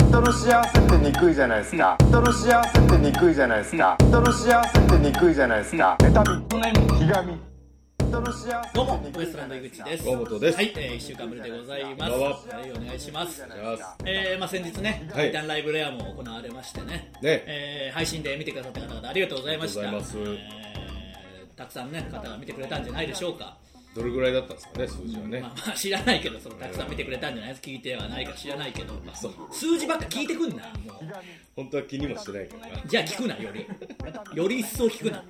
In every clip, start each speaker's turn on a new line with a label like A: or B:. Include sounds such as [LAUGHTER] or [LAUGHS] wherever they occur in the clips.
A: 人の幸せってにくいじゃないですか人の幸せってにくいじゃないですか人の幸せってにくいじゃないですか妬みひがみ人の幸せって
B: どうも
A: に
B: ウエ
A: くい
B: ス
A: じ
B: ト
A: ゃ
B: ラン
A: な
B: ド
A: いで
B: 井
A: す
B: 口
A: か
B: です。
C: 河本です
B: はい、えー、一週間ぶりでございます。
C: どうも
B: はい、お願いします。えー、まあ先日ね、
C: はい
B: 一旦ライブレアも行われましてね、
C: ね
B: えー配信で見てくださった方々ありがとうございました。
C: ありがとうございます
B: えーたくさんね方が見てくれたんじゃないでしょうか。
C: どれぐらいだったんですかね、数字はね。
B: まあまあ知らないけど、そのたくさん見てくれたんじゃないですか。聞いてはないか知らないけど、
C: そう
B: 数字ばっか聞いてくんな。も
C: 本当は気にもしてないけどな。
B: うじゃあ聞くなより、より一層聞くな。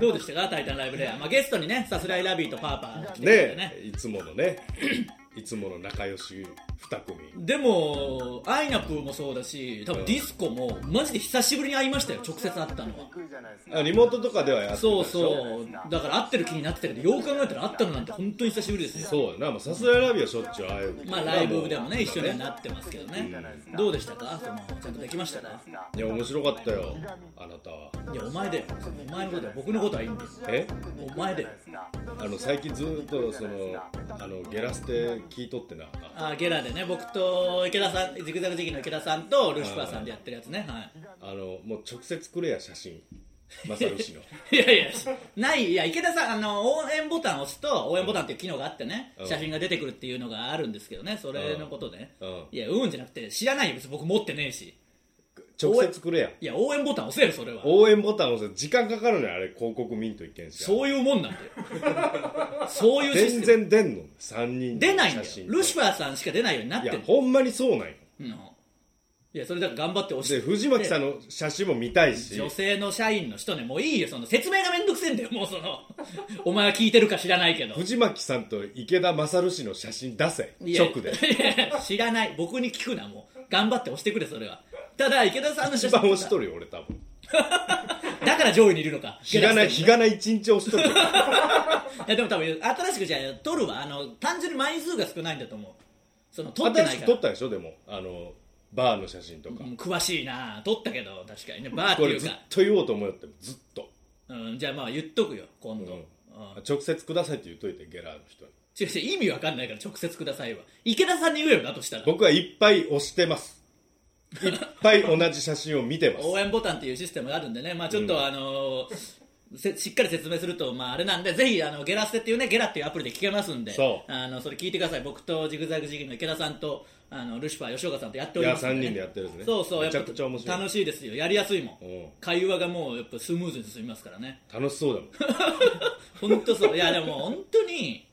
B: どうでしたか、タイタンライブレア。まあゲストにね、さすらいラビーとパーパーが来てくれてね
C: ねえ、いつものね、 [COUGHS] いつもの仲良し2組。
B: でもアイナプーもそうだし多分ディスコもマジで久しぶりに会いましたよ直接会ったのは
A: にくいじゃないですか
C: あリモートとかではやってたでし
B: そ
C: ょ
B: うそうだから会ってる気になってたけどよう考えたら会ったのなんて本当に久しぶりですよ
C: そうやな、まあ、さすがにラビはしょっちゅう会えるけど
B: まあ
C: な
B: ライブでも
C: う
B: ね一緒にはなってますけどねどうでしたかそのちゃんとできましたか
C: いや、面白かったよ、あなたは。
B: いやお前だよお前のことは僕のことはいいんだよ
C: え
B: お前だよ
C: あの最近ずっとそのあのゲラステ聞いとってなあ
B: あーゲラでね僕と池田さんジグザグ時期の池田さんとルシファーさんでやってるやつねはい
C: のもう直接くれや写真マサル
B: [LAUGHS]
C: 氏の
B: いやいや、ない、いや、池田さん、あの、応援ボタンを押すと、応援ボタンっていう機能があってね
C: う、ん
B: 写真が出てくるっていうのがあるんですけどね、それのことでね
C: うん。
B: いや、うんじゃなくて、知らないよ、別に僕持ってねえし。
C: 直接くれや
B: いや、応援ボタン押せよ、それは。
C: 応援ボタン押せ時間かかるねあれ広告見んといけんし
B: そういうもんなんだよ。そういうシ
C: 全
B: ステム。
C: 然出んの3人
B: 出ないんだよ
C: 写。真
B: ルシファーさんしか出ないようになっ
C: い
B: て
C: や
B: る
C: ほんまにそうなんよ
B: の。いや、それだから頑張って押し
C: で
B: て。
C: 藤巻さんの写真も見たいし
B: 女性の社員の人ね、もういいよ、その説明がめんどくせえんだよ、もうその、お前は聞いてるか知らないけど。
C: 藤巻さんと池田勝氏の写真出せ
B: いや
C: 直で
B: いやいや [LAUGHS] 知らない僕に聞くなもう頑張って押してくれそれはただ池田さんの
C: 一
B: 写
C: 番
B: 真
C: 押しとるよ俺
B: [LAUGHS]
C: 多分
B: だから上位にいるのか
C: 日がな
B: ゲラ
C: 日がな一日押しとるよ
B: いやでも多分新しくじゃあ撮るわあの単純に枚数が少ないんだと思うその撮って
C: 新
B: ない
C: しく
B: か
C: 撮
B: ら
C: ったでしょでもあのバーの写真とか
B: うん詳しいな撮ったけど確かにねバーって
C: こ
B: い
C: れ
B: う
C: ずっ
B: か、
C: と言おうと思うよってずっと、
B: うん、じゃあまあ言っとくよ今
C: うん
B: 度、うん
C: 直接くださいって言っといてゲラーの人に
B: 違う違う意味わかんないから直接くださいは池田さんに言えよだとしたら
C: 僕はいっぱい押して
B: [LAUGHS]
C: ますいっぱい同じ写真を見てます
B: 応援ボタンっていうシステムがあるんでね、まあ、ちょっと、あのせしっかり説明すると、まあ、あれなんで、ぜひあのゲラステっていうね、ゲラっていうアプリで聞けますんで、
C: そう
B: あのそれ聞いてください、僕とジグザグジギーの池田さんとあのルシファー、吉岡さんとやってお
C: い
B: り
C: や
B: ます
C: 3人でやってるんですね
B: そうそう、や
C: め
B: っ
C: ちゃくちゃ面
B: ぱ
C: 白い
B: 楽しいですよ、やりやすいもん
C: うん、
B: 会話がもうやっぱスムーズに進みますからね、
C: 楽しそうだもん
B: 本当そう、いや、でも本当に。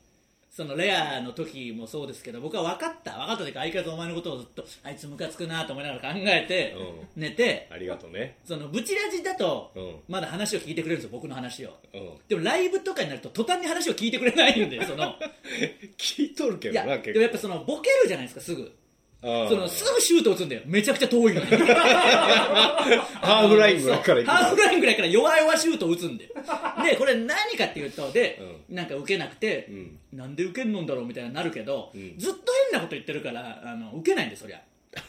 B: そのレアの時もそうですけど僕は分かった分かったというか相変わらずお前のことをずっとあいつムカつくなと思いながら考えて、
C: う
B: 寝て
C: ありがとうね
B: そのブチラジだと
C: うん
B: まだ話を聞いてくれるんですよ、僕の話を。
C: うん
B: でもライブとかになると途端に話を聞いてくれないんで、そ
C: [LAUGHS]
B: の
C: 聞いとるけ
B: い
C: ど
B: や
C: な
B: でもやっぱそのボケるじゃないですか、すぐ。
C: あー
B: そのすぐシュート打つんだよ、めちゃくちゃ遠いのに。
C: [LAUGHS] ハーフラインぐらいから
B: そうハーフラインぐらいから弱々シュート打つんで。で、これ何かっていうと、で、なんか受けなくて、
C: ん
B: なんで受けんのんだろうみたいになるけど、
C: ん
B: ずっと変なこと言ってるから、あの受けないんで、そりゃ。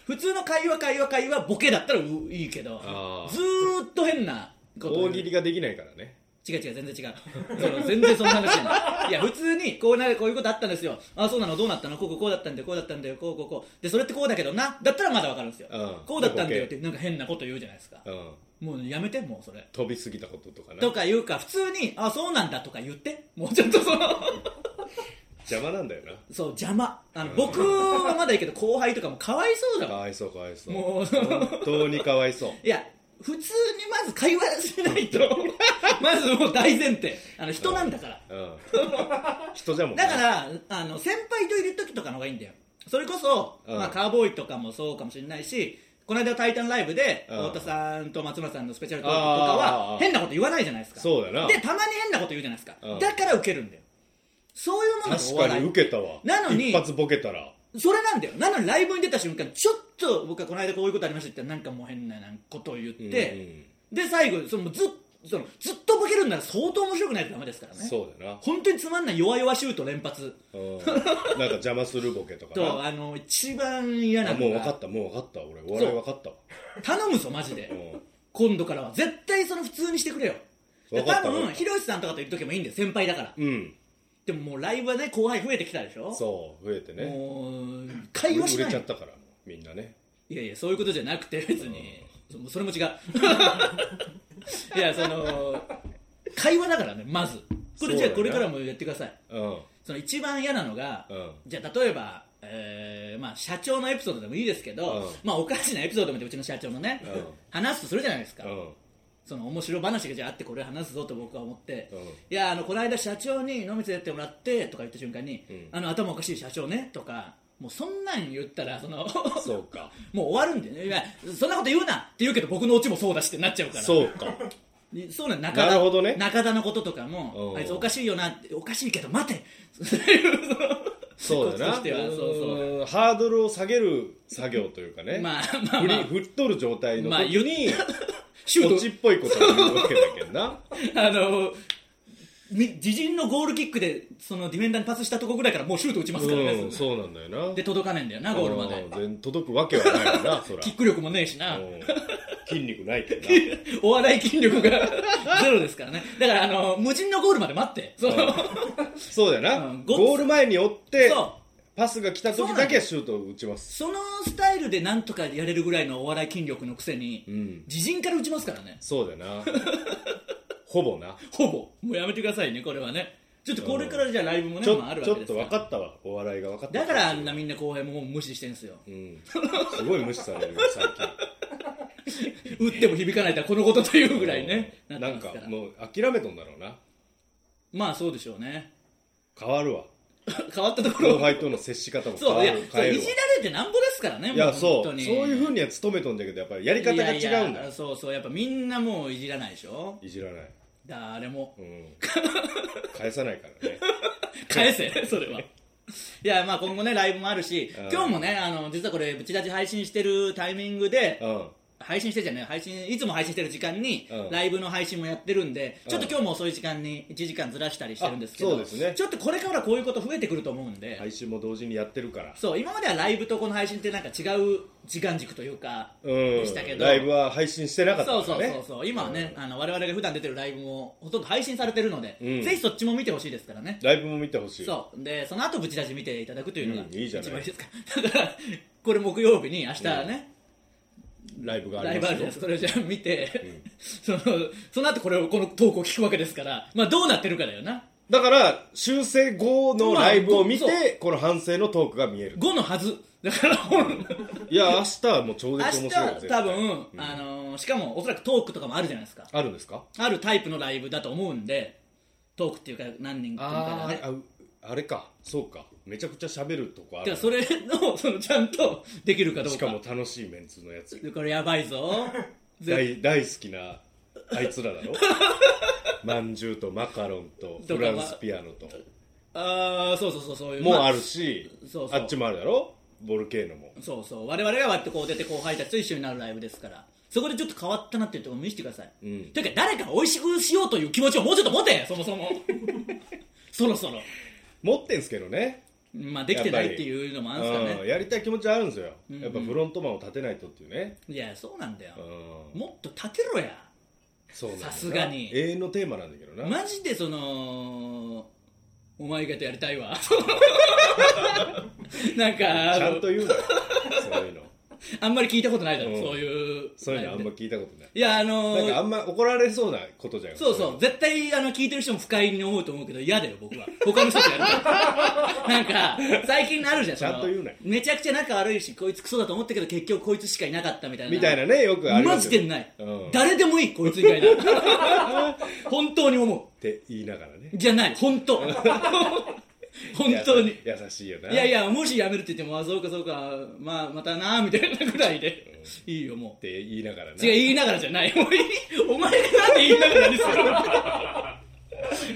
B: 普通の会話、会話、会話、ボケだったらういいけど
C: あ、ー
B: ずーっと変なこと言う
C: 大喜利ができないからね
B: 違う違う全然違う [LAUGHS] その全然そんな話じゃないいや普通にこうなこういうことあったんですよあそうなのどうなったのこうこうこうだったんだよこうだったんだよこうこうこうでそれってこうだけどなだったらまだわかるんですよ、
C: うん
B: こうだったんだよってなんか変なこと言うじゃないですか
C: う、ん
B: もうやめてもうそれ
C: 飛びすぎたこととかね
B: とか言うか普通にあそうなんだとか言ってもうちょっとその [LAUGHS]
C: 邪魔なんだよな
B: そう邪魔あの僕はまだいいけど後輩とかもかわいそうだ
C: か
B: わ
C: わいそうかわいそう
B: もう
C: 本当にかわいそう
B: いや普通にまず会話しないと [LAUGHS] まずもう大前提あの人なんだから、
C: うん人じゃもんね
B: だからあの先輩といる時とかの方がいいんだよそれこそ、
C: うん
B: まあ、カーボーイとかもそうかもしれないしこの間「タイタンライブ」で
C: うん
B: 太田さんと松村さんのスペシャルトークとかは
C: あー
B: 変なこと言わないじゃないですか
C: そうだな
B: でたまに変なこと言うじゃないですか、
C: うん
B: だからウケるんだよそういうものがお
C: 確か
B: 笑
C: に
B: い
C: 受けたわ
B: なのに
C: 一発ボケたら
B: それなんだよなのにライブに出た瞬間ちょっと僕はこの間こういうことありましたって言ったらなんかもう変ななんかことを言って、で最後そのずっそのずっとボケるんなら相当面白くないとダメですからね
C: そうだな
B: 本当につまんない弱々シュート連発 [LAUGHS]
C: うんなんか邪魔するボケとかな
B: とあの一番嫌な
C: あ
B: の
C: も
B: が
C: う分かったもう分かった俺お笑い分かったわ
B: 頼むぞマジで
C: うん
B: 今度からは絶対その普通にしてくれよで
C: わかっ
B: 多
C: た
B: 分
C: わ
B: ひろしさんとかといる時もいいんだよ先輩だから
C: うん
B: でももうライブはね後輩増えてきたでしょ
C: そう増えてね
B: もう
C: 売
B: 会話し
C: れ
B: ない
C: ちゃったからもうみんなね
B: いいやいやそういうことじゃなくて別にそそれも違う [LAUGHS] いやその会話だからねまずこれじゃあ
C: そ
B: こ
C: う
B: れ
C: だよな
B: からもやってください
C: うん
B: その一番嫌なのが、
C: うん
B: じゃあ例えば、えーまあ、社長のエピソードでもいいですけど、
C: うん
B: まあ、おかしなエピソードもうちの社長のね、
C: うん
B: 話すとするじゃないですか、
C: うん
B: その面白話がじゃああってこれ話すぞと僕は思って、
C: うん
B: いやあのこの間社長に飲み連れてってもらってとか言った瞬間に、
C: うん
B: あの頭おかしい社長ねとかもうそんなん言ったらその
C: そうか
B: もう終わるんでねいやそんなこと言うなって言うけど僕のオチもそうだしってなっちゃうから
C: そうか
B: そうなん中田
C: なるほどね
B: 中田のこととかも
C: うん
B: あいつおかしいよなおかしいけど待てそういうその
C: そうだ
B: こ
C: な
B: っちとしてはそうそう
C: うんハードルを下げる作業というかね、
B: まあまあ
C: 振
B: まあ
C: り振っとる状態の
B: まあ
C: 時に、
B: シュ
C: こっちっ
B: ー
C: ぽいことを言うわけだけどな
B: トあのみ自陣のゴールキックでそのディフェンダーにパスしたとこぐらいからもうシュート打ちますからね、
C: うんそうなんだよな
B: で届かないんだよなゴールまで
C: うん全届くわけはないよ
B: [LAUGHS]
C: なそら
B: キック力もねえしな
C: うん筋肉ないけど
B: お笑い筋力が [LAUGHS] ゼロですからねだからあの無人のゴールまで待ってその
C: なうんそうだよな、
B: うんごっつ
C: ゴール前に追って
B: そう
C: パスが来た時だけシュートを打ちます
B: そのスタイルでなんとかやれるぐらいのお笑い筋力のくせに、
C: うん
B: 自陣から打ちますからね
C: そうだよ
B: [LAUGHS]
C: なほぼな
B: ほぼもうやめてくださいねこれはねちょっとこれからじゃあライブもね
C: ちょ
B: まああるわ
C: ちょ
B: け
C: っ
B: です
C: と
B: から
C: 分かったわお笑いが分かった
B: だからあんなみんな後輩ももう無視してんすよ
C: うん、すごい無視されるよ最近
B: 打っても響かないとはこのことというぐらいね
C: [LAUGHS] うん
B: な
C: な
B: ってます
C: んか
B: から
C: もう諦めとんだろうな
B: まあそうでしょうね [LAUGHS]
C: 変わるわ
B: 変わったところ
C: 後輩との接し方も変
B: そ
C: わ
B: ういや
C: る
B: そう
C: 変え
B: い
C: る
B: じられてなんぼですからね
C: わい
B: も
C: やそうそう
B: 本当に
C: いうふうには努めとんだけどやっぱりやり方が違うんだよい
B: いやいやそうそうやっぱみんなもういじらないでしょ
C: じらない、
B: 誰
C: [LAUGHS]
B: も [LAUGHS]
C: うん、返さないからね
B: 返せそれはいやまあ今後ねライブもあるし
C: うん
B: 今日もねあの実はこれブチラジ配信してるタイミングで
C: うん
B: 配信してじゃね配信いつも配信してる時間に
C: うん
B: ライブの配信もやってるんで、
C: うん
B: ちょっと今日も遅い時間に1時間ずらしたりしてるんですけど
C: あそうですね
B: ちょっとこれからこういうこと増えてくると思うんで、
C: 配信も同時にやってるから
B: そう今まではライブとこの配信ってなんか違う時間軸というか、
C: うん
B: でしたけど
C: ライブは配信してなかった
B: そう
C: か
B: そ
C: ら
B: う
C: ね
B: そうそう今はね、あの我々が普段出てるライブもほとんど配信されてるので、
C: うん
B: ぜひそっちも見てほしいですからね
C: ライブも見てほしい
B: そうでその後ブチラジ見ていただくというのが
C: うんいい
B: 一
C: じゃ
B: 番
C: ない
B: いいですか、 [LAUGHS] だからこれ木曜日に明日ね、
C: ライブがあ
B: ライ
C: り
B: ブ
C: ま
B: あるじゃないで
C: す
B: すかそれをじゃあ見て、
C: ん
B: そのその後これをこのトークを聞くわけですから、まあ、どうなってるかだよな
C: だから修正後のライブを見
B: まあそ
C: てこの反省のトークが
B: [LAUGHS]
C: 見える
B: 5のはずだからほん
C: いや明日はもう超
B: 明
C: 絶面
B: 日
C: 白いよ絶対
B: 多分、あのーしかもおそらくトークとかもあるじゃないですか
C: あるんですか
B: あるタイプのライブだと思うんでトークっていうか何人かみたいなね
C: あーあうあれかそうかめちゃくちゃ喋るとこ
B: だ
C: あ
B: か
C: る
B: らそれのそのちゃんとできるかどうか
C: しかも楽しいメンツのやつ
B: これやばいぞぜ
C: 大大好きなあいつらだろ [LAUGHS] まんじゅうとマカロンと
B: と
C: フ
B: かまあ
C: ランスピアノと
B: あーそうそうそうそういう
C: もう
B: ま
C: あるし、
B: そうそう
C: あっちもあるだろボルケーノも
B: そうそう我々が割ってこう出て後輩たちと一緒になるライブですからそこでちょっと変わったなっていうところを見せてください、
C: うん
B: というか誰かを美味しくしようという気持ちをもうちょっと持てそもそも
C: [LAUGHS]
B: そろそろ
C: 持ってんすけどね
B: まあできてないっていうのもあるんですか
C: う
B: ね
C: んやりたい気持ちはあるんですよ、やっぱフロントマンを立てないとっていうね、
B: いやそうなんだよ
C: うん、
B: もっと立てろや
C: そうなんだよな
B: さすがに
C: 永遠のテーマなんだけどな、
B: マジでそのお前がとやりたい
C: [LAUGHS]
B: わなんかあ
C: ちゃ
B: の
C: んと言うなよ
B: [LAUGHS]
C: そういうの
B: あんまり聞いたことないだろ、
C: うん
B: そういう
C: そういうのあんま聞いたことない
B: いやあの
C: なんかあんま怒られそうなことじゃん
B: そうそう絶対あの聞いてる人も不快に思うと思うけど嫌だよ僕は他の人とやる
C: [LAUGHS]
B: からなんか最近あるじゃんその
C: ちゃんと言うなよ
B: めちゃくちゃ仲悪いしこいつクソだと思ったけど結局こいつしかいなかったみたいな
C: みたいなねよくある
B: マジでない、
C: うん
B: 誰でもいいこいつ以外
C: [LAUGHS]
B: な本当に思
C: って言いながらね
B: うじゃない本
C: [LAUGHS]
B: 当本当に
C: いや優しいよない
B: いやいやもし辞めるって言ってもあそうかそうかまあまたなみたいなぐらいでいいよもう
C: って言いながら
B: 違う
C: ね
B: 言いながらじゃないもういいお前がなんで言いながらに
C: [LAUGHS]
B: するの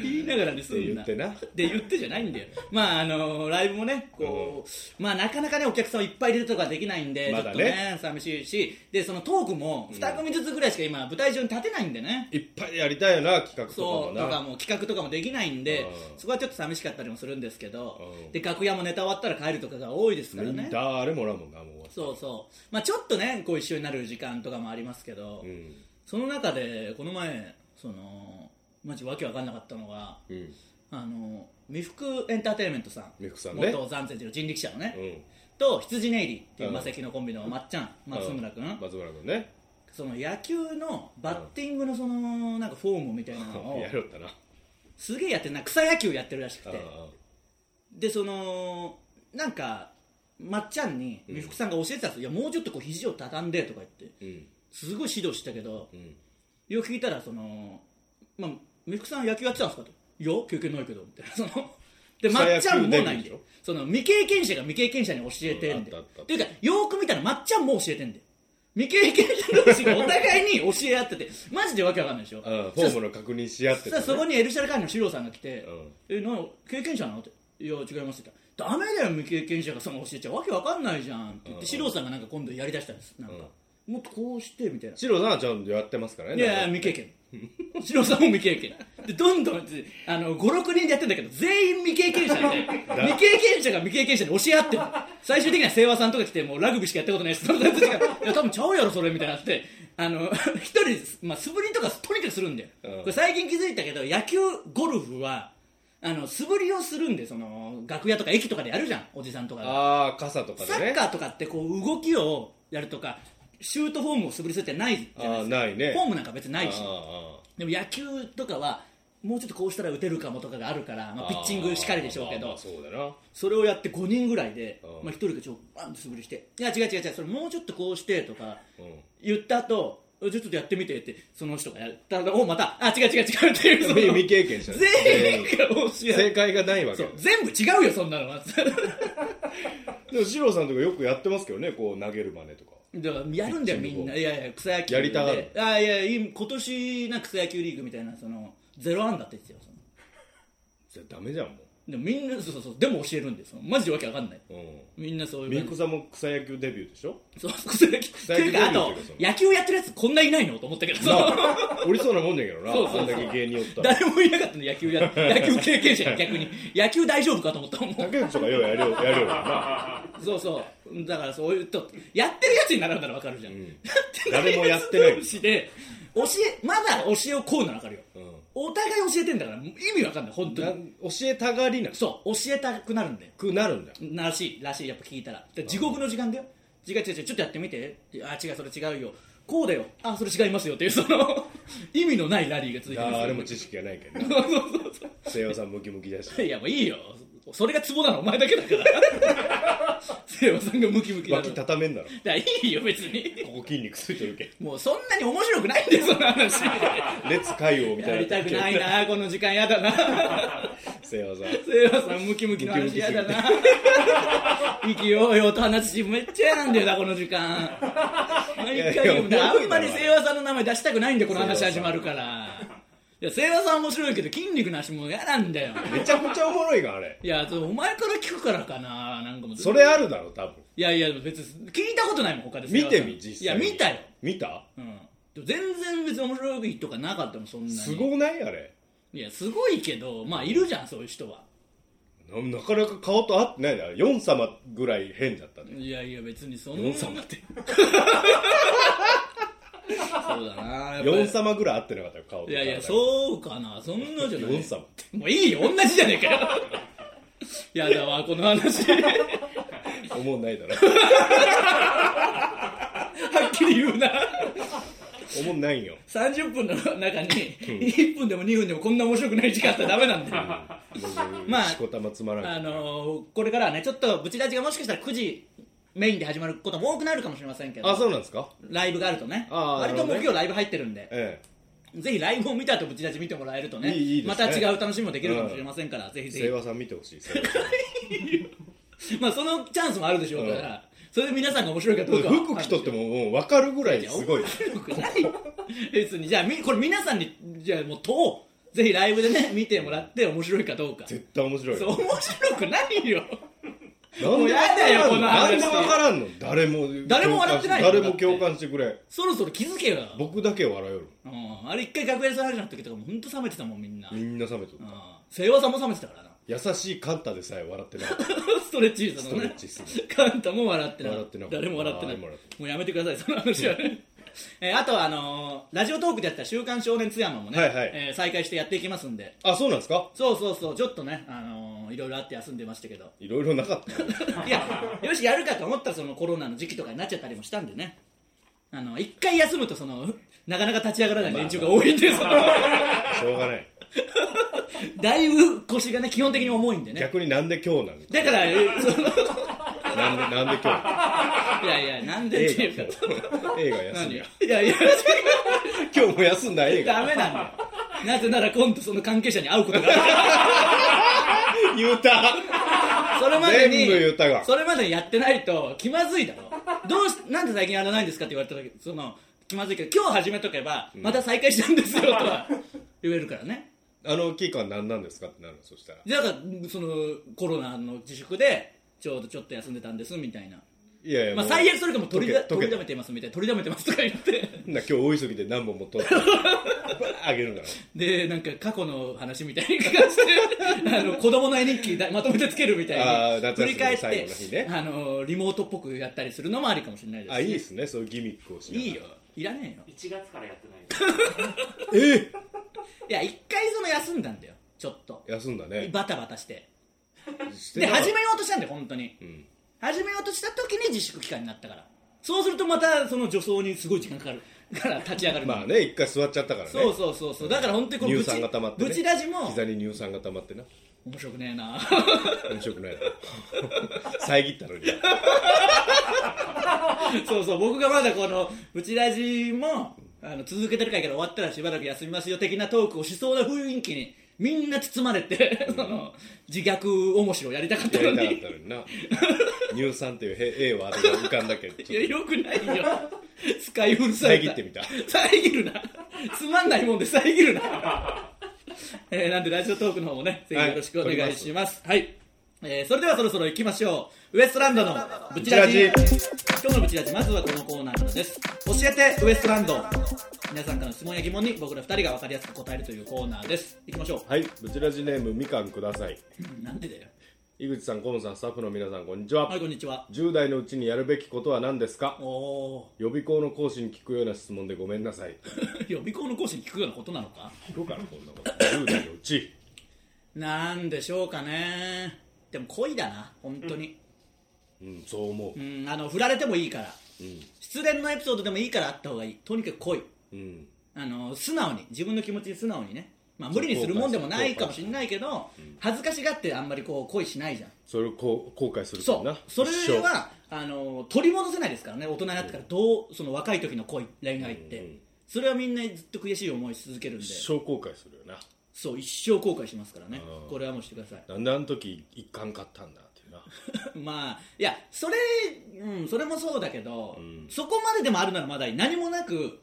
B: 言いながらにするん
C: 言
B: な
C: ってな
B: で言ってじゃないんだよまああのライブもねこう、まあなかなかねお客さんをいっぱい入れるとかはできないんで、
C: ま
B: ちょ
C: だ
B: っ
C: ね
B: とね寂しいしでそのトークも2組ずつぐらいしか今舞台上に立てないんでね、
C: いっぱいやりたいよな企画
B: そ
C: と
B: う
C: かも
B: とか
C: な
B: も企画とかもできないんで、
C: うん
B: そこはちょっと寂しかったりもするんですけど、
C: うん
B: で楽屋もネタ終わったら帰るとかが多いですからね
C: 誰もらうもんなもう
B: そうそうまあちょっとねこう一緒になる時間とかもありますけど、
C: うん
B: その中でこの前そのマジわけわかんなかったのが
C: うん
B: あの未服エンターテインメントさん
C: 未服さんね
B: 元暫定の人力車のね、
C: うん
B: と羊ネイリっていう
C: うん
B: マセキのコンビのまっちゃん松村君、
C: 松村君ね
B: その野球のバッティングのそのなんかフォームみたいなのを
C: [LAUGHS] やろったな
B: すげえやってるな草野球やってるらしく
C: うん
B: てでそのなんかまっちゃんに美福さんが教えてたんですよ、いやもうちょっとこう肘を畳んでとか言って
C: うん
B: すごい指導してたけど
C: うん
B: よく聞いたらその、まあ、美福さん野球やってたんですかといや経験ないけどみたいなそので
C: 草野球
B: まっちゃんもな
C: デビュ
B: いん
C: ー
B: で
C: でしょ
B: その未経験者が未経験者に教えてんで、
C: うんあったあった
B: というかよーく見たらまっちゃんも教えてんで未経験者同士がお互いに教え合っててマジでわけわかんないでしょ
C: うんフォームの確認し合って
B: さあそこにエルシャルカーニのシロさんが来て
C: うん
B: 「えな経験者なの?」って「いや違います」って言ったら「ダメだよ未経験者がその教えちゃわけわかんないじゃん」って言っ
C: うん
B: てシロさんがなんか今度やりだしたんですなんか、もっとこうしてみたいな「
C: シロさんはちゃんとやってますからね
B: いやいや未経験」 [LAUGHS] シロさんも未経験でどんどんあの56人でやってんだけど全員未経
C: [LAUGHS]
B: 験者で未経験者が未経験者に教え合ってる最終的には清和さんとか来てもうラグビーしかやったことない人たち
C: [LAUGHS]
B: が「いや多分ちゃうやろそれ」みたいになってあの一人、まあ、素振りとかとにかくするんだよ、
C: うん
B: これ最近気づいたけど野球ゴルフはあの素振りをするんでその楽屋とか駅とかでやるじゃんおじさんとかが
C: ああ傘とかでね
B: サッカーとかってこう動きをやるとかシュートフォームを素振りするってないじゃないですか
C: あーないね
B: フォームなんか別にないし
C: あ
B: でも野球とかはもうちょっとこうしたら打てるかもとかがあるから、まあ、ピッチングしかりでしょうけ
C: あーまあ
B: ど
C: そうだな
B: それをやって5人ぐらいで
C: うん、
B: まあ、1人がちょっとバンと素振りして「いや違う違う違うそれもうちょっとこうして」とか
C: うん
B: 言った後じゃあちょっとやってみて」ってその人がやったのをまた「あ違う違う違う」っていうその
C: 未経験者ね
B: 全員が教え
C: 正解がないわけ
B: そう
C: よ
B: 全部違うよそんなのは
C: でもシロさんとかよくやってますけどねこう投げる真似とか
B: だからやるんだよみんないやいや草野球で
C: やりたがる
B: あいやいい今年な草野球リーグみたいなそのゼロアンダーって言ってたよその
C: それダメじゃんも
B: でもみんなそうそうそうでも教えるんですよマジでわけわかんないう
C: う
B: みんなそうい
C: ん
B: う
C: ミ
B: 感
C: ク
B: じ
C: さんも草野球デビューでしょ
B: そうそうそう
C: 野
B: と
C: 球
B: いうかあと野球やってるやつこんないないのと思ったけど
C: なあ [LAUGHS] おりそうなもんだけどな
B: そうそうそう
C: あんだけ芸人おったら
B: 誰もいなかったの野球や野球経験者が逆に野球大丈夫かと思ったもん
C: [LAUGHS] 竹内とかようやるよやるよな
B: そうそうだからそういうとやってるやつにならんならわかるじゃん、
C: 誰もやってない
B: 同士で教えまだ教えをこうならわかるよ、
C: うん
B: お互い教えてんだから意味わかんない本当
C: [LAUGHS] な
B: に
C: 教えたがりな
B: そう教えたくなるんだよ
C: くなるんだ
B: らしいらしいやっぱ聞いたらで地獄の時間だよ違う違う違うちょっとやってみてあ違うそれ違うよこうだよあそれ違いますよっていうその意味のないラリーが続いてますよ
C: 誰も知識がないけどな
B: そうそうそ
C: 西洋さんムキムキだし
B: ういやもういいよそれがツボなのお前だけだから
C: [LAUGHS]
B: 聖和さんがムキムキだから
C: 脇
B: だか
C: 畳めんだろ
B: らいいよ別に
C: ここ筋肉ついてるけ
B: もうそんなに面白くないんだよその話
C: [LAUGHS] 列海王みたいな
B: やりたくないな [LAUGHS] この時間やだ
C: [LAUGHS]
B: な
C: 西洋さん
B: セイラさんムキムキの話やだな
C: [LAUGHS]
B: 生きようよと話しめっちゃ嫌なんだよなこの時間毎回言う
C: いやいや
B: なあんまりセイワさんの名前出したくないんでこの話始まるからいやセイワさん面白いけど筋肉なしもう嫌なんだよ
C: めちゃくちゃおもろいがあれ
B: いやそうお前から聞くからかななんかもう
C: それあるだろ多分
B: いやいや別に聞いたことないもん他で
C: 見
B: セイワ
C: てみ
B: さん
C: 実際に
B: いや見たよ、
C: 見た
B: うんでも全然別に面白いとかなかったもんそんなに
C: すごないあれ
B: いやすごいけどまあいるじゃんそういう人は
C: ななかなか顔と合ってないなヨン様ぐらい変だったね
B: いやいや別にそんな
C: ヨン様って
B: そうだな
C: ヨン様ぐらい合ってなかったよ顔と
B: いやいや
C: 体が
B: そうかなそんなじゃない
C: ヨン様って
B: もういいよ同じじゃねえかよやだわこの話は
C: 思うな
B: [LAUGHS]
C: いだろ
B: っきり言うな
C: 思うないよ
B: 30分の中に1分でも2分でもこんな面白くない時間あったらダメなんだよまあ
C: しこたまつまらん
B: あのーこれからはねちょっとブチラジがもしかしたら9時メインで始まることも多くなるかもしれませんけど
C: あそうなんですか
B: ライブがあるとね
C: あー
B: 割と木
C: なるほどね
B: 曜ライブ入ってるんで
C: え
B: ぜひライブを見た後ブチラジ見てもらえるとね
C: いいいいで
B: ます
C: ね
B: た違う楽しみもできるかもしれませんから、ぜひ
C: え
B: ぜ
C: 清
B: ひ
C: 和さん見てほしい清和さん
B: まあそのチャンスもあるでしょうから、
C: うん
B: それで皆さんが面白いかどうかは
C: 服着とってももう分かるぐらいすごい
B: 面白くない別にじゃあみこれ皆さんにじゃあもう問おうぜひライブでね見てもらって面白いかどうか
C: 絶対面白い
B: そう面白くないよ
C: なん
B: もう
C: で
B: やだよこの話
C: なんで分からんの誰も
B: 誰も笑ってないよ
C: 誰も共感してくれ
B: そろそろ気づけよ、
C: 僕だけ笑える
B: うん、あれ一回楽屋で騒ぎの時とかもうほんと冷めてたもんみんな
C: みんな冷めとる
B: 清和さんも冷めてたからな
C: 優しいカンタでさえ笑ってない
B: [LAUGHS] ストレッチーズ
C: ス
B: の
C: トレ
B: ね
C: ッチする
B: カンタも笑ってなか
C: 笑
B: っ
C: って
B: た
C: なかった
B: 誰も笑ってない
C: 誰も笑って
B: もうやめてくださいその話はね [LAUGHS] えーあとはあのーラジオトークでやった「週刊少年津山」もね、
C: はいはい
B: えー再開してやっていきますんで
C: あそうなんですか
B: そうそうそうちょっとね、あのーいろいろあって休んでましたけど
C: いろいろなかった
B: いやよしやるかと思ったらそのコロナの時期とかになっちゃったりもしたんでねあの一回休むとそのなかなか立ち上がらない連中が多いんです、
C: しょうがない
B: [LAUGHS] だいぶ腰がね基本的に重いんでね
C: 逆になんで今日なん
B: だからえーその
C: なんでなんで今
B: いやいやなん [LAUGHS]
C: 日
B: でっていうか
C: 映画休
B: 何
C: み
B: い
C: や
B: やいや
C: 今日も休んだ
B: [LAUGHS]
C: 映
B: ダ
C: 画
B: メなんだよなぜなら今度その関係者に会うことがある
C: [LAUGHS] 言うた
B: それまでに
C: 全部言ったが
B: それまでにやってないと気まずいだろどうしなんで最近やらないんですかって言われた時その気まずいけど今日始めとけばまた再開したんですよとは [LAUGHS] 言えるからね
C: あの期間何なんですかってなるのそしたら
B: だからそのコロナの自粛でちょうどちょっと休んでたんですみたいな、
C: いやいや
B: まあ、
C: もう
B: 最悪それかもう取りだ
C: 溶け
B: 取りだ
C: 溶
B: め
C: け
B: てますみたいな取りだめてますとか言って
C: たな今日大急ぎで何本も
B: [LAUGHS]
C: 撮ってバーあげるんだろ
B: でなんか過去の話みたいな感じで [LAUGHS] あの子供の絵日記だまとめてつけるみたい
C: あー
B: に
C: 夏休
B: 振
C: み
B: り返って、
C: 最後の日ね
B: あのリモートっぽくやったりするのもありかもしれないです
C: あいいですねそういうギミックをしながら
B: いいよいらねえよ
D: 1月からやってないよ
C: え
B: いや一回その休んだんだよちょっと
C: え休んだね
B: バタバタして
C: して
B: で
C: なかった
B: 始めようとしたんだよ本当に
C: うん
B: 始めようとした時に自粛期間になったからそうするとまたその助走にすごい時間かかるから立ち上がるのに
C: まあね一回座っちゃったからね
B: そうそうそうそうだから本当にこの
C: 乳
B: ブチ
C: 酸が溜まって、ね、
B: ブチラジも
C: 膝に乳酸が溜まってな
B: 面白くねえな
C: 面白くないな
B: [LAUGHS]
C: 遮ったのに
B: [LAUGHS] そうそう僕がまだこのブチラジもあの続けてるから終わったらしばらく休みますよ的なトークをしそうな雰囲気にみんな包まれて、その自虐面白をやりたかった
C: や
B: の
C: りたかっ
B: に
C: たのにな [LAUGHS] 乳酸っていうへ A ワードが浮かんだけど
B: い
C: ちょ
B: や
C: っ
B: よくない [LAUGHS] よ使い古
C: と
B: され
C: 遮ってみた
B: 遮るなつまんないもんで遮るな、えーなんでラジオトークの方もねぜひ
C: はい
B: よろしくお願いしますはい、えーそれではそろそろ行きましょうウエストランドのブチラジ
C: ブチラ
B: 今日のブチラジまずはこのコーナーからです教えてウエストランド皆さんからの質問や疑問に僕ら二人が分かりやすく答えるというコーナーです行きましょう
C: はいブチラジネームみかんください
B: なんでだよ
C: 井口さん河野さんスタッフの皆さんこんにちは、
B: はいこんにちは
C: 10代のうちにやるべきことは何ですか
B: おお
C: 予備校の講師に聞くような質問でごめんなさい
B: ー [LAUGHS] 予備校の講師に聞くようなことなのか
C: 聞くからこんなこと10代のうち
B: なんでしょうかねでも恋だな本当に
C: うんそう思
B: う
C: うん
B: あの振られてもいいから
C: う
B: 失恋のエピソードでもいいからあった方がいいとにかく恋
C: んうん
B: あの素直に自分の気持ちに素直にねまあ無理にするもんでもないかもしれないけど恥ずかしがってあんまりこう恋しないじゃん
C: それをこう後悔するから
B: そ
C: な
B: うそれはあの取り戻せないですからね大人になってからどうその若い時の恋恋愛っ
C: うんう
B: て
C: ん
B: それはみんなずっと悔しい思いし続けるんで
C: 一生一生後悔するよな
B: そう一生後悔しますからね
C: うん
B: これはもうしてください
C: なんであの時一貫買ったんだっていう
B: [LAUGHS]
C: な
B: まあいやそれ、うん、それもそうだけど、
C: ん
B: そこまででもあるならまだいい何もなく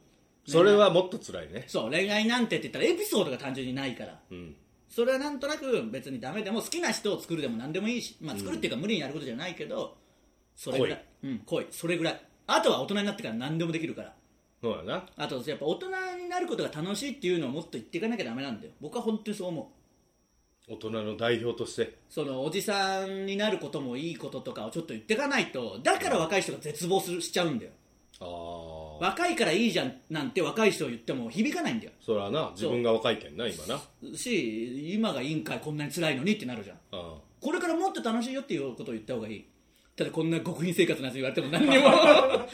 C: それはもっと辛いね
B: そう恋愛なんてって言ったらエピソードが単純にないから
C: うん
B: それはなんとなく別にダメでも好きな人を作るでも何でもいいし、まあ、作るっていうか無理にやることじゃないけど、それぐらい恋,、うん、恋それぐらいあとは大人になってから何でもできるから
C: そうやな
B: あとやっぱ大人になることが楽しいっていうのをもっと言っていかなきゃダメなんだよ僕は本当にそう思う
C: 大人の代表として
B: そのおじさんになることもいいこととかをちょっと言っていかないとだから若い人が絶望するしちゃうんだよ
C: ああ
B: 若いからいいじゃんなんて若い人を言っても響かないんだよ
C: それはな自分が若いけんな今な
B: し今が委員会こんなに辛いのにってなるじゃん
C: あ
B: これからもっと楽しいよっていうことを言った方がいいただこんな極貧生活なんて言われても何にも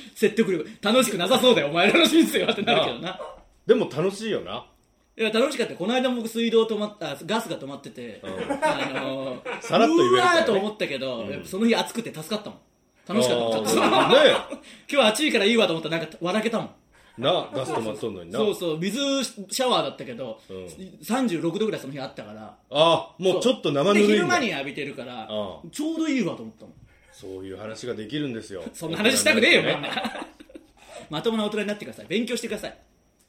B: [LAUGHS] 説得力楽しくなさそうだよお前らの人生はってなるけどな
C: でも楽しいよない
B: や楽しかったよこの間も僕水道止まっあガスが止まってて、あのー、
C: さらっと言える
B: う
C: か
B: わ
C: らね
B: ーと思ったけど、やっぱその日暑くて助かったもん楽しかったもんちょっと
C: あーね
B: [LAUGHS] 今日暑いからいいわと思ったらなんか笑けたもん
C: えなガス止まっとんのにな
B: そうそう水シャワーだったけど、
C: ん
B: 36度ぐらいその日あったから
C: ああもうちょっと生ぬ
B: で
C: るい
B: 昼
C: ん
B: 間
C: だ
B: に浴びてるから
C: う
B: ちょうどいいわと思ったもん
C: そういう話ができるんですよ
B: そんな話したくねえよ、
C: 大人
B: みん
C: にな
B: な [LAUGHS]
C: る
B: まともな大人になってください勉強してください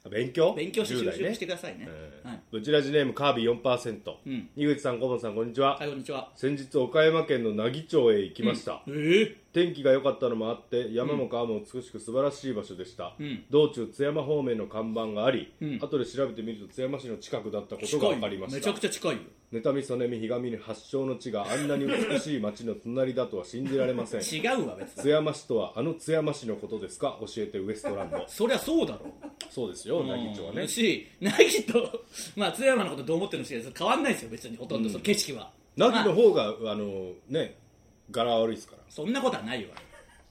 C: とね勉強
B: 勉強して
C: 10
B: 就
C: 代
B: 職
C: ね
B: してくださいね
C: え
B: はい、
C: えブチラジネームカービィ4%、
B: うん
C: 井口さん小本さんこんにちは、
B: はい、こんにちは
C: 先日岡山県の奈義町へ行きました、
B: ええ
C: テ天気が良かったのもあって山も川も美しく素晴らしい場所でした、
B: うん
C: 道中津山方面の看板があり、
B: うん
C: 後で調べてみると津山市の近くだったこと
B: 近
C: が
B: い
C: 分かりま
B: め
C: し
B: ちゃ
C: た
B: くちゃ近いよ
C: 妬み嫉みひがみに発祥の地があんなに美しい町の隣だとは信じられませ
B: [LAUGHS]
C: ん
B: 違うわ別に
C: 津山市とはあの津山市のことですか教えてウエストラ
B: [LAUGHS]
C: ンド
B: そりゃそうだろ
C: そうですよ奈義町はね
B: し凪と、まあ、津山のことどう思ってるのか知らないです変わんないですよ別にほとんどその景色は、
C: 奈義
B: ま
C: の
B: あ
C: 方があのね柄悪いですから
B: そんなことはないわ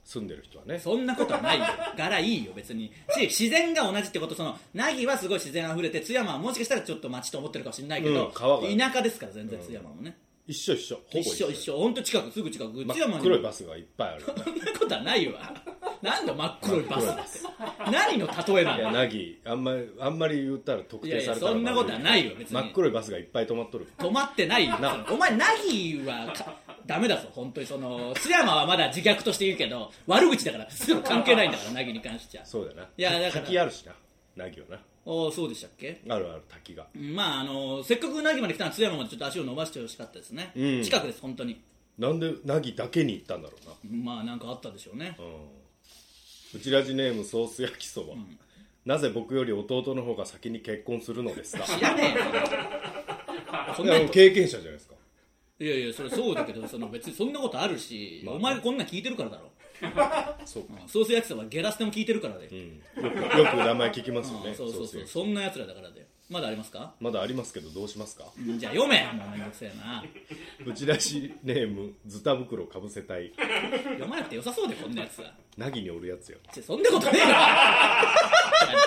C: 住んでる人はね
B: そんなことはないよ柄いいよ別にし自然が同じってことその凪はすごい自然あふれて津山はもしかしたらちょっと町と思ってるかもしれないけ
C: う
B: ど
C: ん、川が
B: 田舎ですから全然津山もね、
C: 一緒一緒ほぼ
B: 一緒一緒ほんと近くすぐ近く
C: 真
B: 津山
C: っ
B: に
C: 黒いバスがいっぱいあ
B: [LAUGHS]
C: る
B: そんなことはないわなんだ真っ黒いバスだって何の例えないん
C: や
B: だ
C: なぎあんまりあんまり言ったら特定されたら
B: いやいやそんなことはないよ別に
C: 真っ黒いバスがいっぱい止まっとる
B: 止まってないよ
C: な
B: お前ナギはかダメだぞ本当にその津山はまだ自虐として言うけど悪口だからすぐ関係ないんだからナギに関しては
C: そうだない
B: やだから
C: 滝あるしななぎは
B: おーそうでしたっけ
C: なあるある滝が
B: うんまああのせっかくナギまで来たら津山までちょっと足を伸ばしてほしかったですね、
C: うん
B: 近くです本当に
C: なんでなぎだけに行ったんだろうな
B: まあなんかあったでしょうね
C: うちらじネームソース焼きそば、なぜ僕より弟の方が先に結婚するのです [LAUGHS] か
B: 知らねえよそん
C: い
B: な
C: や
B: こ
C: もう
B: と
C: 経験者じゃないですか
B: いやいやそれそうだけどその別にそんなことあるし、
C: まあ
B: お前がこんなん聞いてるからだろ
C: そうか、
B: ソース焼きそばゲラステも聞いてるからで、
C: うんよくよく名前聞きますよ
B: う
C: ね
B: んそうそう
C: ソ
B: そ
C: ース
B: う
C: 焼き
B: そんなやつらだからでまだありますか
C: まだありますけどどうしますか
B: じゃあ読めもうめんどくせえな
C: うちらじネームズタ袋かぶせたい
B: 読まなくて良さそうでこんなやつは
C: なぎにおるやつよ
B: ちょそんなことねえから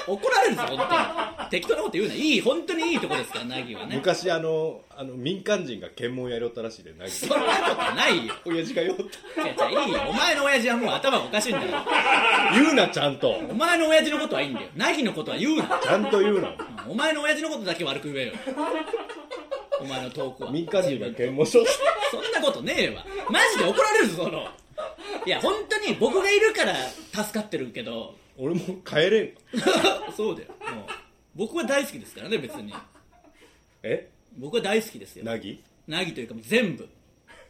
B: 怒られるぞ本当に適当なこと言うないい本当にいいとこですからナギはね
C: 昔あのあの民間人が検問やりよったらしいでなぎ
B: そんなことないよ
C: 親父がよっ
B: じゃあじゃあいいよお前の親父はもう頭がおかしいんだよ
C: た言うなちゃんと
B: お前の親父のことはいいんだよナギのことは言うな
C: ちゃんと言うな
B: お前の親父のことだけ悪く言えよお前のトークは
C: 民間人が検問しよっ
B: そんなことねえわマジで怒られるぞそのいや本当に僕がいるから助かってるけど
C: た俺も帰れん
B: そうだよもう僕は大好きですからね別に
C: え
B: 僕は大好きですよ
C: なぎ
B: なぎというかもう全部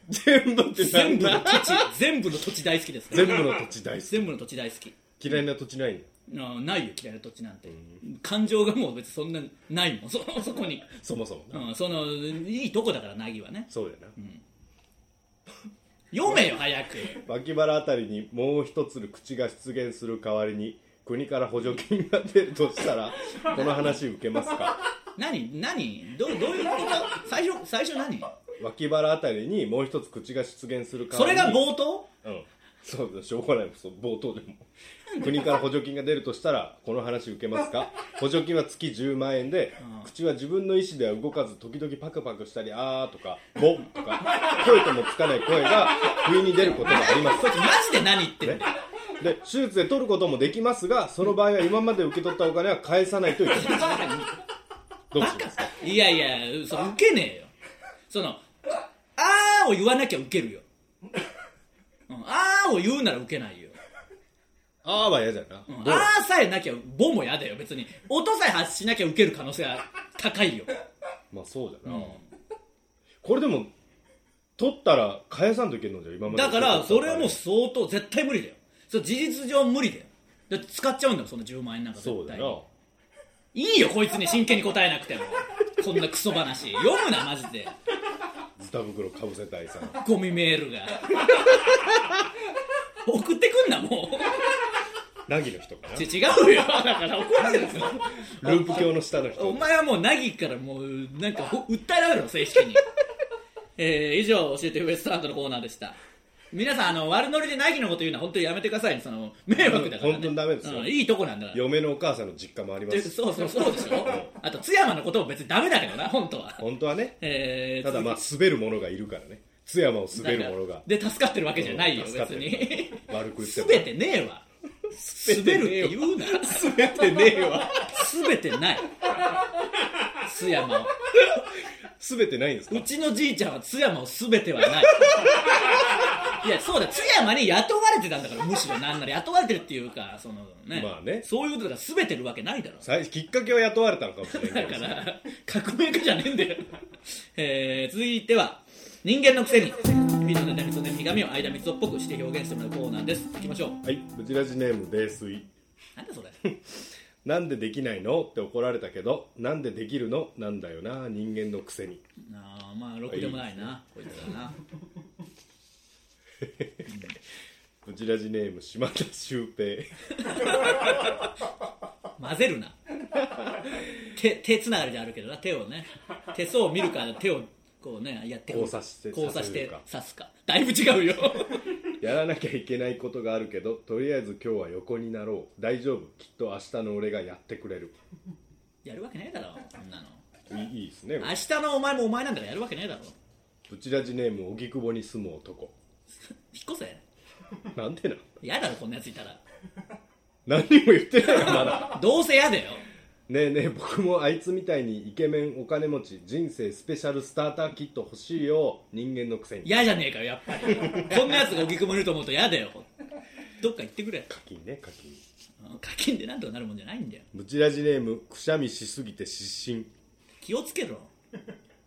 C: 全部ってな
B: 全
C: ん
B: 部の
C: だ
B: 土地全部の土地大好きですから
C: 全部の土地大好
B: 全部の土地大好き
C: き嫌いな土地ないの
B: なないよ嫌いな土地なんて、感情がもう別にそんなないもんそ [LAUGHS] そこに、
C: そもそもな、
B: うん、そのいいとこだからなぎはね
C: そうだよ
B: 読めよ早く
C: な脇腹あたりにもう一つの口が出現する代わりに国から補助金が出るとしたらこの話受けますか
B: 何何どうどういうこと最初最初何
C: 脇腹あたりにもう一つ口が出現する代
B: そ
C: わ
B: れ
C: り
B: が
C: に
B: 冒頭
C: うん、そうだしょうがないそう冒頭でも国から補助金が出るとしたらこの話受けます
B: [LAUGHS]
C: か補助金は月10万円で、口は自分の意思では動かず時々パクパクしたり「あー」とか「ぼ」とか声ともつかない声が不意に出ることがあります
B: こいつマジで何言ってんだよ [LAUGHS]
C: で手術で取ることもできますがその場合は今まで受け取ったお金は返さないといけないどうしますか
B: いやいやそれウケねえよその「あー」を言わなきゃウケるよ「うん、あー」を言うならウケないよ
C: 「あー」は嫌じゃな、
B: うん
C: ぼ
B: あーさえなきゃボもやだよ別に音さえ発しなきゃウケる可能性は高いよ、
C: まあそうだ
B: う
C: な、
B: ん
C: これでも取ったら返さんといけんのじゃん今まで
B: だ
C: 受
B: か
C: け取ったお金
B: らそれはもう相当絶対無理だよそれ事実上無理だよだって使っちゃうんだもんその10万円なんか絶対
C: そうだよ
B: いいよこいつに真剣に答えなくても [LAUGHS] こんなクソ話読むなマジで
C: ズタ袋かぶせたい
B: [LAUGHS]
C: さん
B: ゴミメールが送ってくんなも
C: ナギの人か
B: うち違うよだから怒られるぞ
C: なループ教の下の
B: お
C: 人
B: 前はもうナギからもうなんかほ訴えられるの正式にえー、以上教えてウエストランドのコーナーでした皆さんあの悪ノリでナギのこと言うのは本当にやめてくださいねその迷惑だから、ね、
C: 本当にダメですよ
B: うんいいとこなんだから
C: 嫁のお母さんの実家もありま
B: ですそうそうそうでしょあと津山のことも別にダメだけどな本当は
C: 本当はね
B: えー、
C: ただまあ滑る者がいるからね津山を滑る者が
B: で助かってるわけじゃないよ
C: うん
B: 別
C: 助かってる
B: に
C: 悪く言っても
B: 滑てねえわ
C: 滑
B: 滑るっ
C: ねえ
B: て
C: わ
B: 言うな
C: 滑ってねえわ
B: 滑てない津山を
C: 滑ってないんですか
B: うちのじいちゃんは津山を全てはないいやそうだ津山に雇われてたんだからむしろなんなら雇われてるっていうかそのね,、
C: まあね
B: そういうことだから全てるわけないだろ
C: 最きっかけは雇われたのかもしれな
B: だ
C: いけ
B: か
C: ど
B: ら革命家じゃねえんだよ、えー続いては人間のくせにビートネタみそでひがみを間みそっぽくして表現してもらうコーナーですいきましょう
C: はいブチラジネーム泥酔
B: なんだそれ
C: [LAUGHS] なんでできないのって怒られたけどなんでできるのなんだよな人間のくせに
B: あーまあろくでもないなこいつらな
C: ブチラジネーム島田秀
B: [LAUGHS]
C: 平
B: 混ぜる
C: [LAUGHS]
B: な手手つながりであるけどな手をね手相を見るから手をこうねやって
C: 交差して
B: 交差して
C: 刺せるか
B: 刺すかだいぶ違うよ [LAUGHS]
C: やらなきゃいけないことがあるけどとりあえず今日は横になろう大丈夫きっと明日の俺がやってくれる
B: やるわけねえだろそんなの
C: いいいですね
B: 明日のお前もお前なんだからやるわけねえだろ
C: ブチラジネーム荻窪に住む男
B: 引っ越せ
C: なんでな
B: 嫌だろこんなやついたら
C: 何にも言ってないよまだ
B: どうせ嫌だよ
C: ねえねえ僕もあいつみたいにイケメンお金持ち人生スペシャルスターターキット欲しいよ人間のくせに
B: 嫌じゃねえかよやっぱ
C: [LAUGHS]
B: りこんなやつが荻窪にいると思うと嫌だよどっか行ってくれ
C: 課金ね課金
B: うん課金でなんとかなるもんじゃないんだよ
C: ブチラジネームくしゃみしすぎて失神
B: 気をつけろ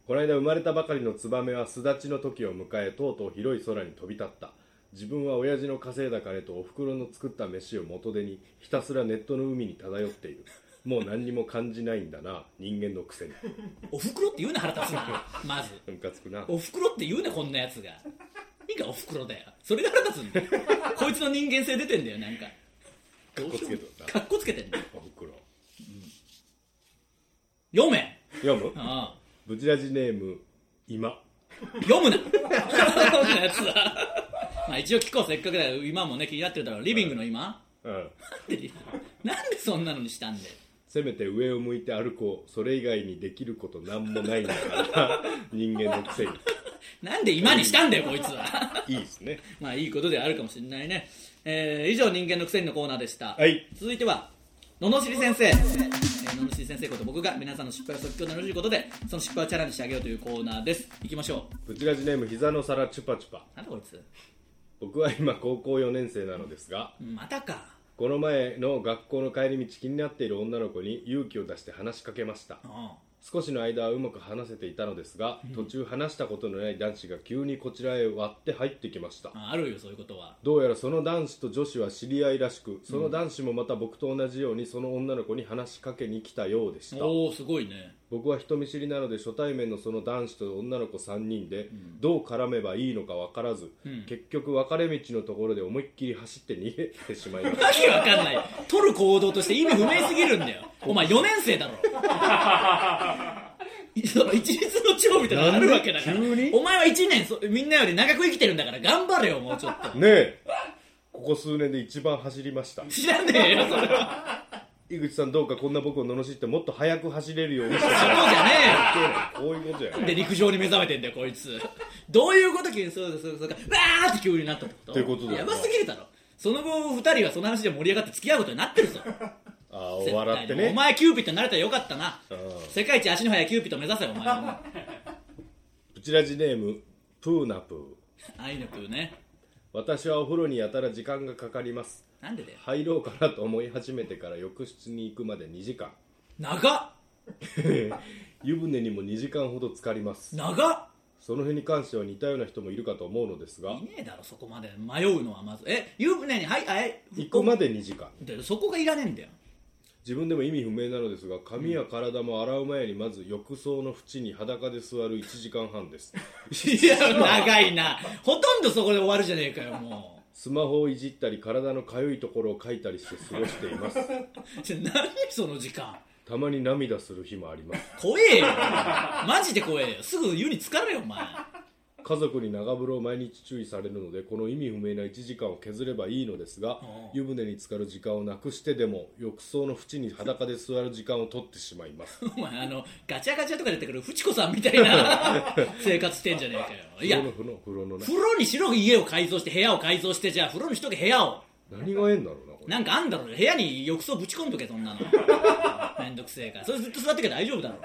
C: この間生まれたばかりのツバメは巣立ちの時を迎えとうとう広い空に飛び立った自分は親父の稼いだ金とお袋の作った飯を元手にひたすらネットの海に漂っているもう何にも感じないんだな人間のくせに
B: おふくろって言うな腹
C: [LAUGHS]
B: 立つなまず
C: ムカつくな
B: おふくろって言うなこんなやつがいいかおふくろだよそれが腹立つんだよこいつの人間性出てんだよなんか
C: っこつけとった
B: かっこつけてんだよ
C: お袋
B: 読め
C: 読む
B: ああ
C: ブチラジネーム今
B: 読むな [LAUGHS] こんなやつはまあ一応聞こうせっかくだよ今もね気になってるだろうリビングの今
C: うん
B: なんでそんなのにしたんだよ
C: せめて上を向いて歩こうそれ以外にできることなんもないん
B: [LAUGHS]
C: だから人間のくせに
B: なんで今にしたんだよこいつは [LAUGHS]
C: いいですね
B: まあいいことではあるかもしれないね、えー以上人間のくせにのコーナーでした、
C: はい
B: 続いてはののしり先生、えー、ののしり先生こと僕が皆さんの失敗を即興で乗ることでその失敗をチャラにしてあげようというコーナーですいきましょう
C: ブチラジネーム膝の皿チュパチュパ
B: なんだこいつ
C: 僕は今高校4年生なのですが
B: またか
C: この前の学校の帰り道気になっている女の子に勇気を出して話しかけました
B: うん
C: 少しの間はうまく話せていたのですが途中話したことのない男子が急にこちらへ割って入ってきました
B: ああるよそういうことは
C: どうやらその男子と女子は知り合いらしくその男子もまた僕と同じようにその女の子に話しかけに来たようでした、
B: おおすごいね
C: 僕は人見知りなので初対面のその男子と女の子3人でどう絡めばいいのか分からず、結局別れ道のところで思いっきり走って逃げてしまいま
B: [LAUGHS]
C: し
B: わ
C: た
B: けわかんない取る行動として意味不明すぎるんだよお前4年生だろその一律の長みたいなのあるわけだから
C: なんで急に
B: お前は1年そみんなより長く生きてるんだから頑張れよもうちょっと
C: ねえここ数年で一番走りました
B: 知らねえよそれは
C: 井口さんどうかこんな僕を罵ってもっと速く走れるようにしてくだ
B: そう
C: さい
B: じゃね
C: こういうことや
B: えよで陸上に目覚めてんだよこいつどういうこと急にそうだそうだそうだわーって急になったってこと
C: ってことだよ
B: や
C: な
B: ばすぎるだろその後2人はその話で盛り上がって付き合うことになってるぞ
C: ああ笑って
B: 絶対にお
C: ね
B: 前キューピットになれたらよかったな
C: うん
B: 世界一足の速いキューピット目指せよお前は
C: プチラジネームプーナプー
B: 愛の空ね
C: 私はお風呂にやたら時間がかかります
B: なんでだよ
C: 入ろうかなと思い始めてから浴室に行くまで2時間
B: 長っ
C: 湯船にも2時間ほど浸かります
B: 長っ
C: その辺に関しては似たような人もいるかと思うのですが
B: いねえだろそこまで迷うのはまずえ湯船にはいあえ
C: 行くまで2時間
B: でそこがいらねえんだよ
C: 自分でも意味不明なのですが髪や体も洗う前にまず浴槽の縁に裸で座る1時間半です
B: いや [LAUGHS] 長いなほとんどそこで終わるじゃねえかよも
C: スマホをいじったり体のかゆいところを描いたりして過ごしています
B: うちょ何その時間
C: たまに涙する日もあります
B: 怖えよマジで怖えよすぐ湯に浸かれよお前
C: 家族に長風呂を毎日注意されるのでこの意味不明な1時間を削ればいいのですが湯船に浸かる時間をなくしてでも浴槽の縁に裸で座る時間を取ってしまいます
B: お前あのガチャガチャとか出てくるフチコさんみたい [LAUGHS] な生活してんじゃねえかよいや
C: 風呂の風呂風呂のね
B: 風呂にしろ家を改造して部屋を改造してじゃあ風呂にしとけ部屋を
C: 何がええんだろうなこれ
B: なんかあんだろ部屋に浴槽ぶち込んとけそんなのめんどくせえからそれずっと座ってけば大丈夫だろ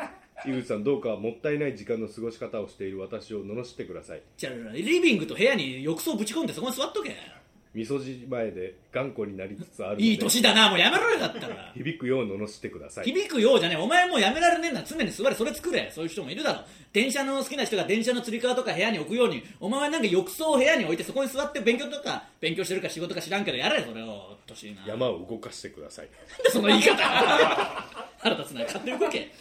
C: 井口さんどうかもったいない時間の過ごし方をしている私を罵ってください
B: じゃあリビングと部屋に浴槽ぶち込んでそこに座っとけ
C: みそじ前で頑固になりつつあるので
B: いい年だなもうやめろよだったら
C: 響くよう罵ってください
B: 響くようじゃねえお前もうやめられねえなら常に座れそれ作れそういう人もいるだろ電車の好きな人が電車のつり革とか部屋に置くようにお前はなんか浴槽を部屋に置いてそこに座って勉強とか勉強してるか仕事か知らんけどやれそれをうっとうしいな
C: 山を動かしてください
B: なん [LAUGHS] でその言い方腹立つな勝手に動け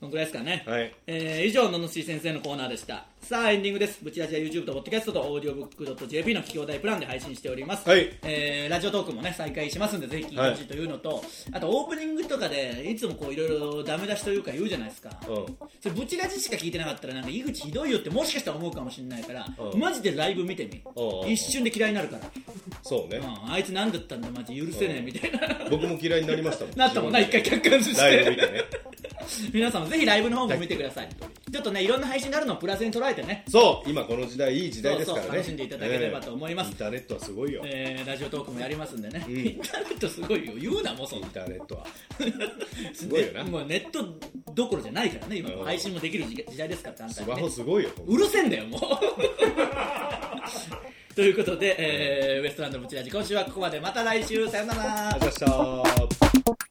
B: このくらいですかね、
C: はい
B: えー以上ののし先生のコーナーでしたさあエンディングですブチラジは YouTube とポッドキャストとオーディオブックドット JP の企業大プランで配信しております、
C: はい
B: えーラジオトークもね再開しますんでぜひ聞いてほしいというのと、あとオープニングとかでいつもこういろいろダメ出しというか言うじゃないですか、
C: うん
B: それブチラジしか聞いてなかったらなんか井口ひどいよってもしかしたら思うかもしれないから、
C: うん
B: マジでライブ見てみ、
C: うん
B: 一瞬で嫌いになるから、
C: そうね
B: うんあいつ何だったんだマジ許せねえみたいな、
C: 僕も嫌いになりましたもん
B: なったもんな、一回客観視し
C: ライブ見
B: て。
C: てね
B: 皆さんもぜひライブの方も見てください。ちょっとね、いろんな配信になるのをプラスに捉えてね、
C: そう今この時代いい時代ですからね
B: そうそう楽しんでいただければと思います
C: ええインターネットはすごいよ、
B: えーラジオトークもやりますんでね。
C: ん
B: インターネットすごいよ。言うな、もうそん
C: イ
B: な
C: ン。ターネットはすごいよな
B: もうネットどころじゃないからね、今
C: う、ん
B: 配信もできる時時代ですから、
C: ス
B: 単
C: マ
B: 体
C: ホ
B: ね。
C: すごいよほんと
B: うるせえんだよ、もう。ということで、えーウエストランドのブチラジ、今週はここまで。また来週、さよなら
C: あり。がとうございました